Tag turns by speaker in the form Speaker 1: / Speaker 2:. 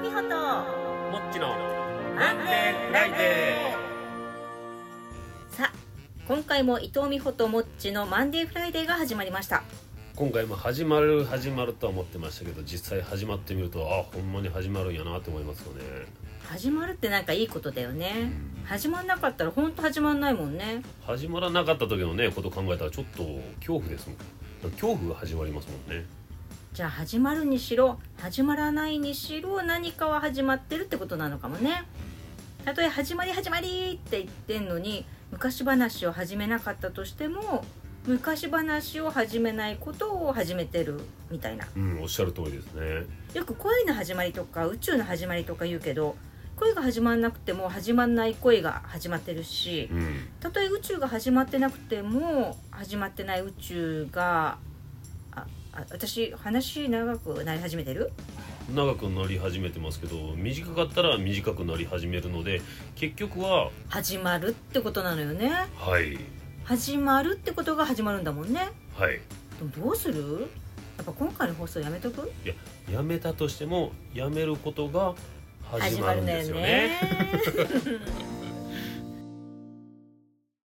Speaker 1: 美穂と
Speaker 2: もっちの
Speaker 1: マンデーフライデーさあ今回も伊藤美穂ともっちのマンデーフライデーが始まりました
Speaker 2: 今回も始まる始まるとは思ってましたけど実際始まってみるとあほんまに始まるんやなと思いますよね
Speaker 1: 始まるってなんかいいことだよね始まんなかったらほんと始まんないもんね
Speaker 2: 始まらなかった時のねこと考えたらちょっと恐怖ですもん恐怖が始まりますもんね
Speaker 1: じゃあ始まるにしろ始まらないにしろ何かは始まってるってことなのかもねたとえ「始まり始まり」って言ってんのに昔話を始めなかったとしても昔話を始めないことを始めてるみたいな
Speaker 2: うんおっしゃる通りですね
Speaker 1: よく恋の始まりとか宇宙の始まりとか言うけど恋が始まんなくても始まんない恋が始まってるし
Speaker 2: うん
Speaker 1: たとえ宇宙が始まってなくても始まってない宇宙がああ私話長くなり始めてる
Speaker 2: 長くなり始めてますけど短かったら短くなり始めるので結局は
Speaker 1: 始まるってことなのよね
Speaker 2: はい
Speaker 1: 始まるってことが始まるんだもんね
Speaker 2: はい
Speaker 1: でもどうするやっぱ今回の放送やめとく
Speaker 2: やめたとしてもやめることが始まるんですよね
Speaker 1: 始まるんだよね